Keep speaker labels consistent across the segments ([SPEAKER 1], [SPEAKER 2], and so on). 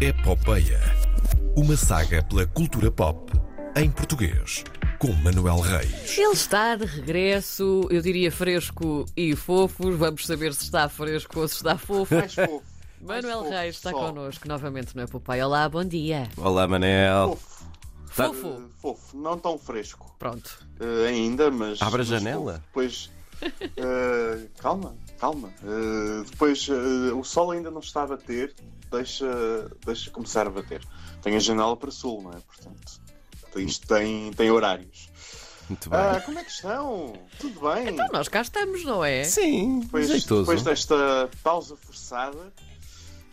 [SPEAKER 1] Epopeia. É Uma saga pela cultura pop em português, com Manuel Reis.
[SPEAKER 2] Ele está de regresso, eu diria fresco e fofo. Vamos saber se está fresco ou se está fofo.
[SPEAKER 3] Mais fofo. mais
[SPEAKER 2] Manuel
[SPEAKER 3] fofo
[SPEAKER 2] Reis está
[SPEAKER 3] só.
[SPEAKER 2] connosco novamente no Epopeia. Olá, bom dia.
[SPEAKER 4] Olá, Manel.
[SPEAKER 3] Fofo,
[SPEAKER 4] Tá.
[SPEAKER 2] Fofo.
[SPEAKER 3] eh, fofo, não tão fresco
[SPEAKER 2] Pronto.
[SPEAKER 3] eh, ainda, mas.
[SPEAKER 4] Abre a
[SPEAKER 3] mas
[SPEAKER 4] janela.
[SPEAKER 3] fofo. Depois. eh, calma, calma. Eh, depois eh, o sol ainda não está a bater, deixa, deixa começar a bater. Tem a janela para sul, não é? Portanto, isto tem, tem horários.
[SPEAKER 4] Muito bem.
[SPEAKER 3] Ah, como é que estão? Tudo bem?
[SPEAKER 2] Então nós cá estamos, não é?
[SPEAKER 4] Sim,
[SPEAKER 3] Depois,
[SPEAKER 4] jeitoso.
[SPEAKER 3] depois desta pausa forçada,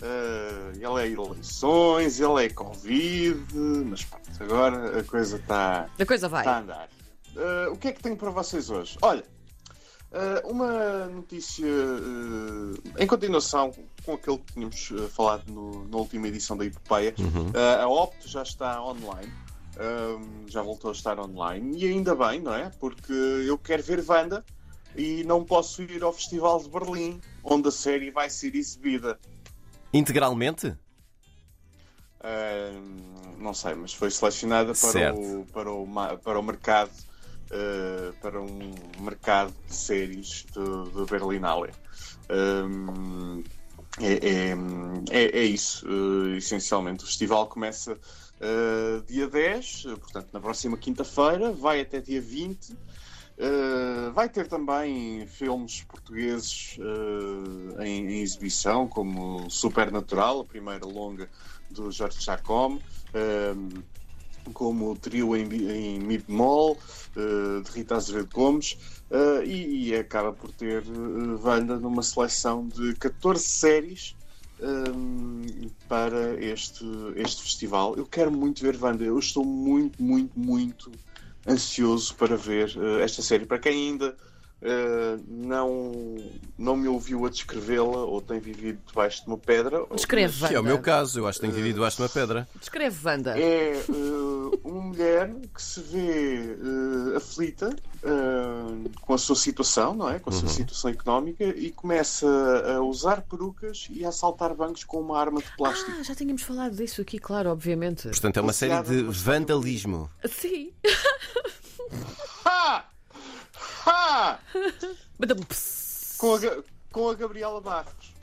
[SPEAKER 3] eh, ele é eleições, ele é Covid, mas pronto, agora a coisa está
[SPEAKER 2] A coisa vai.
[SPEAKER 3] tá a andar. Eh, o que é que tenho para vocês hoje? Olha, eh, uma notícia eh, em continuação com aquilo que tínhamos eh, falado no- na última edição da Hipopeia. Eh, a Opto já está online. ehm, já voltou a estar online e ainda bem, não é? Porque eu quero ver Wanda e não posso ir ao Festival de Berlim, onde a série vai ser exibida.
[SPEAKER 4] Integralmente?
[SPEAKER 3] Ahm, não sei, mas foi selecionada para
[SPEAKER 4] Certo.
[SPEAKER 3] o, para o, ma- para o mercado ah, para um mercado de séries do, do Berlinale. Ahm, é, é- é- é isso, eh, essencialmente. O festival começa eh, dia 10, eh, portanto, na próxima quinta-feira, vai até dia 20. Eh, vai ter também filmes portugueses eh, em, em exibição, como Supernatural, a primeira longa do Jorge Chacom, eh, como o trio em, bi- em Mi bemol, eh, de Rita Azevedo Gomes, eh, e, e acaba por ter eh, Wanda numa seleção de 14 séries eh, para este, este festival. Eu quero muito ver Wanda, eu estou muito, muito, muito ansioso para ver eh, esta série. Para quem ainda eh, não, não me ouviu a descrevê-la ou tem vivido debaixo de uma pedra, ou-
[SPEAKER 2] Descreve, Wanda.
[SPEAKER 4] Que é o meu caso, eu acho que tenho vivido debaixo de uma pedra.
[SPEAKER 2] Descreve, Wanda.
[SPEAKER 3] é eh, uma mulher que se vê eh, aflita eh, com a sua situação, não é? Com a sua situação económica e começa a usar perucas e a assaltar bancos com uma arma de plástico.
[SPEAKER 2] Ah, já tínhamos falado disso aqui, claro, obviamente.
[SPEAKER 4] Portanto, é uma série
[SPEAKER 3] Baseada
[SPEAKER 4] de
[SPEAKER 3] numa história
[SPEAKER 4] vandalismo.
[SPEAKER 2] Sim.
[SPEAKER 3] Ha! Ha!
[SPEAKER 2] Badum, pss.
[SPEAKER 3] Com a, Ga- com a Gabriela Barros,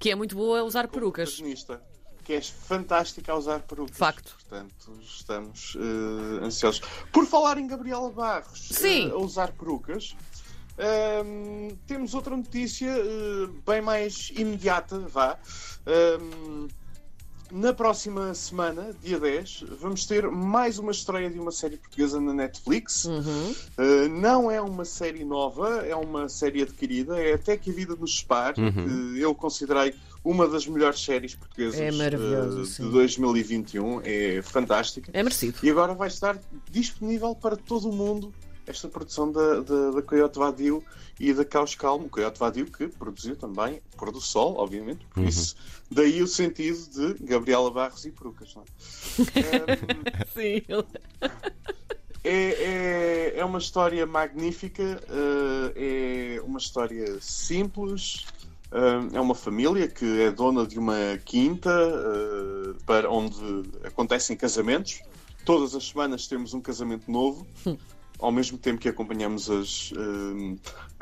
[SPEAKER 2] Que é muito boa usar perucas.
[SPEAKER 3] protagonista, que és fantástica a usar perucas.
[SPEAKER 2] Facto.
[SPEAKER 3] Portanto, estamos eh, ansiosos. Por falar em Gabriela Barros
[SPEAKER 2] Sim.
[SPEAKER 3] eh, a usar perucas, ehm, temos outra notícia eh, bem mais imediata, vá. Ehm, na próxima semana, dia 10, vamos ter mais uma estreia de uma série portuguesa na Netflix.
[SPEAKER 2] Uhum.
[SPEAKER 3] Uh, não é uma série nova, é uma série adquirida, é até que a vida nos separe, que eu considerei uma das melhores séries portuguesas
[SPEAKER 2] É maravilhoso,
[SPEAKER 3] uh,
[SPEAKER 2] sim.
[SPEAKER 3] de 2021, é fantástica.
[SPEAKER 2] É merecido.
[SPEAKER 3] E agora vai estar disponível para todo o mundo esta produção da, da, da Coyote Vadio e da Caos Calmo. Coyote Vadio que produziu também Pôr do Sol, obviamente, por isso daí o sentido de Gabriela Barros e Perucas. Não é? Um,
[SPEAKER 2] Sim.
[SPEAKER 3] é, é, é uma história magnífica, eh, é uma história simples. eh, é uma família que é dona de uma quinta eh, para onde acontecem casamentos. Todas as semanas temos um casamento novo, ao mesmo tempo que acompanhamos as, eh,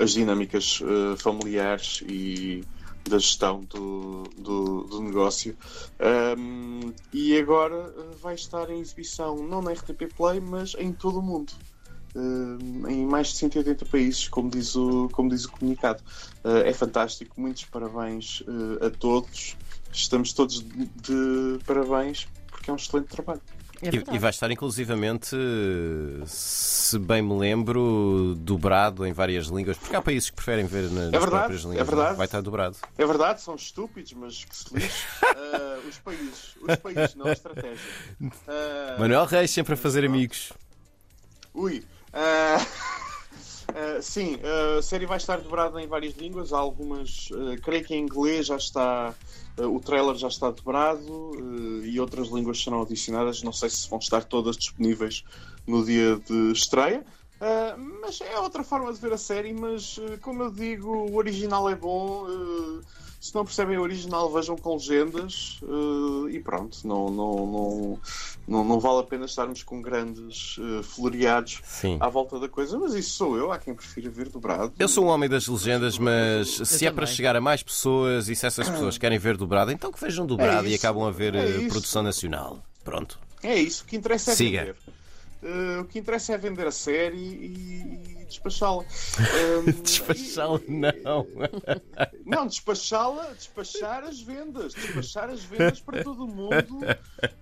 [SPEAKER 3] as dinâmicas eh, familiares e da gestão do, do, do negócio. Um, e agora uh, vai estar em exibição não na RTP Play, mas em todo o mundo. Um, em mais de 180 países, como diz o, como diz o comunicado. Uh, é fantástico, muitos parabéns uh, a todos. Estamos todos de, de parabéns porque é um excelente trabalho.
[SPEAKER 2] É
[SPEAKER 4] E, e
[SPEAKER 2] verdade.
[SPEAKER 4] vai estar, inclusivamente, se bem me lembro, dobrado em várias línguas. Porque há países que preferem ver na- nas
[SPEAKER 3] verdade,
[SPEAKER 4] próprias
[SPEAKER 3] é
[SPEAKER 4] línguas. não
[SPEAKER 3] verdade.
[SPEAKER 4] Vai estar dobrado.
[SPEAKER 3] É verdade, são estúpidos, mas que se lixe. Uh, os países, os países, não a estratégia. Uh,
[SPEAKER 4] Manuel Reis sempre a fazer amigos.
[SPEAKER 3] Ui. ah, ah, sim, ah, a série vai estar dobrada em várias línguas. Há algumas. ah, creio que em inglês já está. ah, o trailer já está dobrado ah, e outras línguas serão adicionadas. Não sei se vão estar todas disponíveis no dia de estreia. Ah, mas é outra forma de ver a série. Mas, ah, como eu digo, o original é bom. ah, se não percebem o original, vejam com legendas eh, e pronto. Não, não, não, não, não vale a pena estarmos com grandes eh, floreados
[SPEAKER 4] Sim.
[SPEAKER 3] à volta da coisa, mas isso sou eu. Há quem prefira ver dobrado.
[SPEAKER 4] Eu sou um homem das legendas, mas se é
[SPEAKER 2] também.
[SPEAKER 4] para chegar a mais pessoas e se essas pessoas querem ver dobrado, então que vejam dobrado
[SPEAKER 3] É
[SPEAKER 4] e
[SPEAKER 3] isso.
[SPEAKER 4] acabam a ver
[SPEAKER 3] É
[SPEAKER 4] eh,
[SPEAKER 3] isso.
[SPEAKER 4] produção nacional. Pronto.
[SPEAKER 3] É isso, o que interessa é
[SPEAKER 4] Siga.
[SPEAKER 3] vender. Eh, o que interessa é vender a série e, e despachá-la. Ah, Ahm,
[SPEAKER 4] Despachá-lo,
[SPEAKER 3] e-
[SPEAKER 4] não.
[SPEAKER 3] Não, despachá-la, despachar as vendas, despachar as vendas para todo o mundo,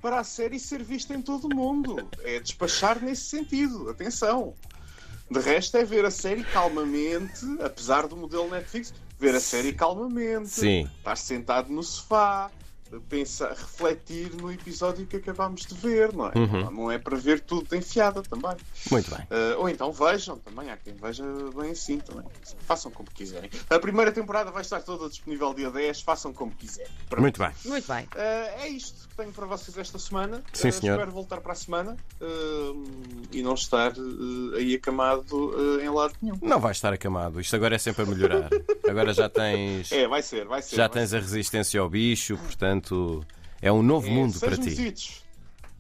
[SPEAKER 3] para a série ser vista em todo o mundo. É despachar nesse sentido, atenção. De resto é ver a série calmamente, apesar do modelo Netflix, ver a série calmamente,
[SPEAKER 4] Sim.
[SPEAKER 3] estar sentado no sofá, pensar, refletir no episódio que acabámos de ver, não é? Não é para ver tudo de enfiada também.
[SPEAKER 4] Muito bem.
[SPEAKER 3] Eh, ou então vejam também, há quem veja bem assim também. Façam como quiserem. A primeira temporada vai estar toda disponível dia 10, façam como quiserem. Pronto.
[SPEAKER 4] Muito bem.
[SPEAKER 2] Muito bem.
[SPEAKER 3] Eh, é isto que tenho para vocês esta semana.
[SPEAKER 4] Sim,
[SPEAKER 3] Eh,
[SPEAKER 4] senhor.
[SPEAKER 3] Espero voltar para a semana eh, e não estar eh, aí acamado eh, em lado nenhum.
[SPEAKER 4] Não vais estar acamado. Isto agora é sempre a melhorar. Agora já tens,
[SPEAKER 3] É, vai ser, vai ser.
[SPEAKER 4] já
[SPEAKER 3] vai
[SPEAKER 4] tens a resistência ao bicho, portanto é um novo
[SPEAKER 3] ser. É,
[SPEAKER 4] mundo para
[SPEAKER 3] seis
[SPEAKER 4] ti.
[SPEAKER 3] mesitos.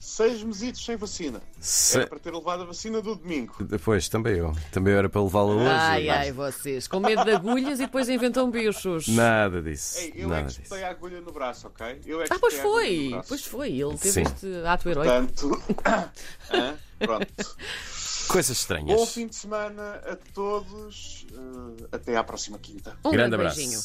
[SPEAKER 3] Seis mesitos sem vacina. Era
[SPEAKER 4] Se...
[SPEAKER 3] para ter levado a vacina do domingo.
[SPEAKER 4] Pois, também eu. Também era para levá-lo hoje.
[SPEAKER 2] Ai,
[SPEAKER 4] mas
[SPEAKER 2] ai, vocês. Com medo de agulhas e depois inventam bichos.
[SPEAKER 4] Nada disso.
[SPEAKER 3] Ei, eu é
[SPEAKER 4] nada
[SPEAKER 3] que
[SPEAKER 4] disso.
[SPEAKER 3] espetei a agulha no braço, ok? Eu é que
[SPEAKER 2] Ah, pois
[SPEAKER 3] espetei a agulha no
[SPEAKER 2] foi.
[SPEAKER 3] braço.
[SPEAKER 2] Pois foi. Ele teve
[SPEAKER 4] Sim.
[SPEAKER 2] este ato heróico.
[SPEAKER 3] Portanto, hã? pronto.
[SPEAKER 4] Coisas
[SPEAKER 3] Bom
[SPEAKER 4] estranhas.
[SPEAKER 3] fim de semana a todos. eh, até à próxima quinta.
[SPEAKER 2] Um
[SPEAKER 4] Grande
[SPEAKER 2] grande
[SPEAKER 4] abraço.
[SPEAKER 2] beijinho.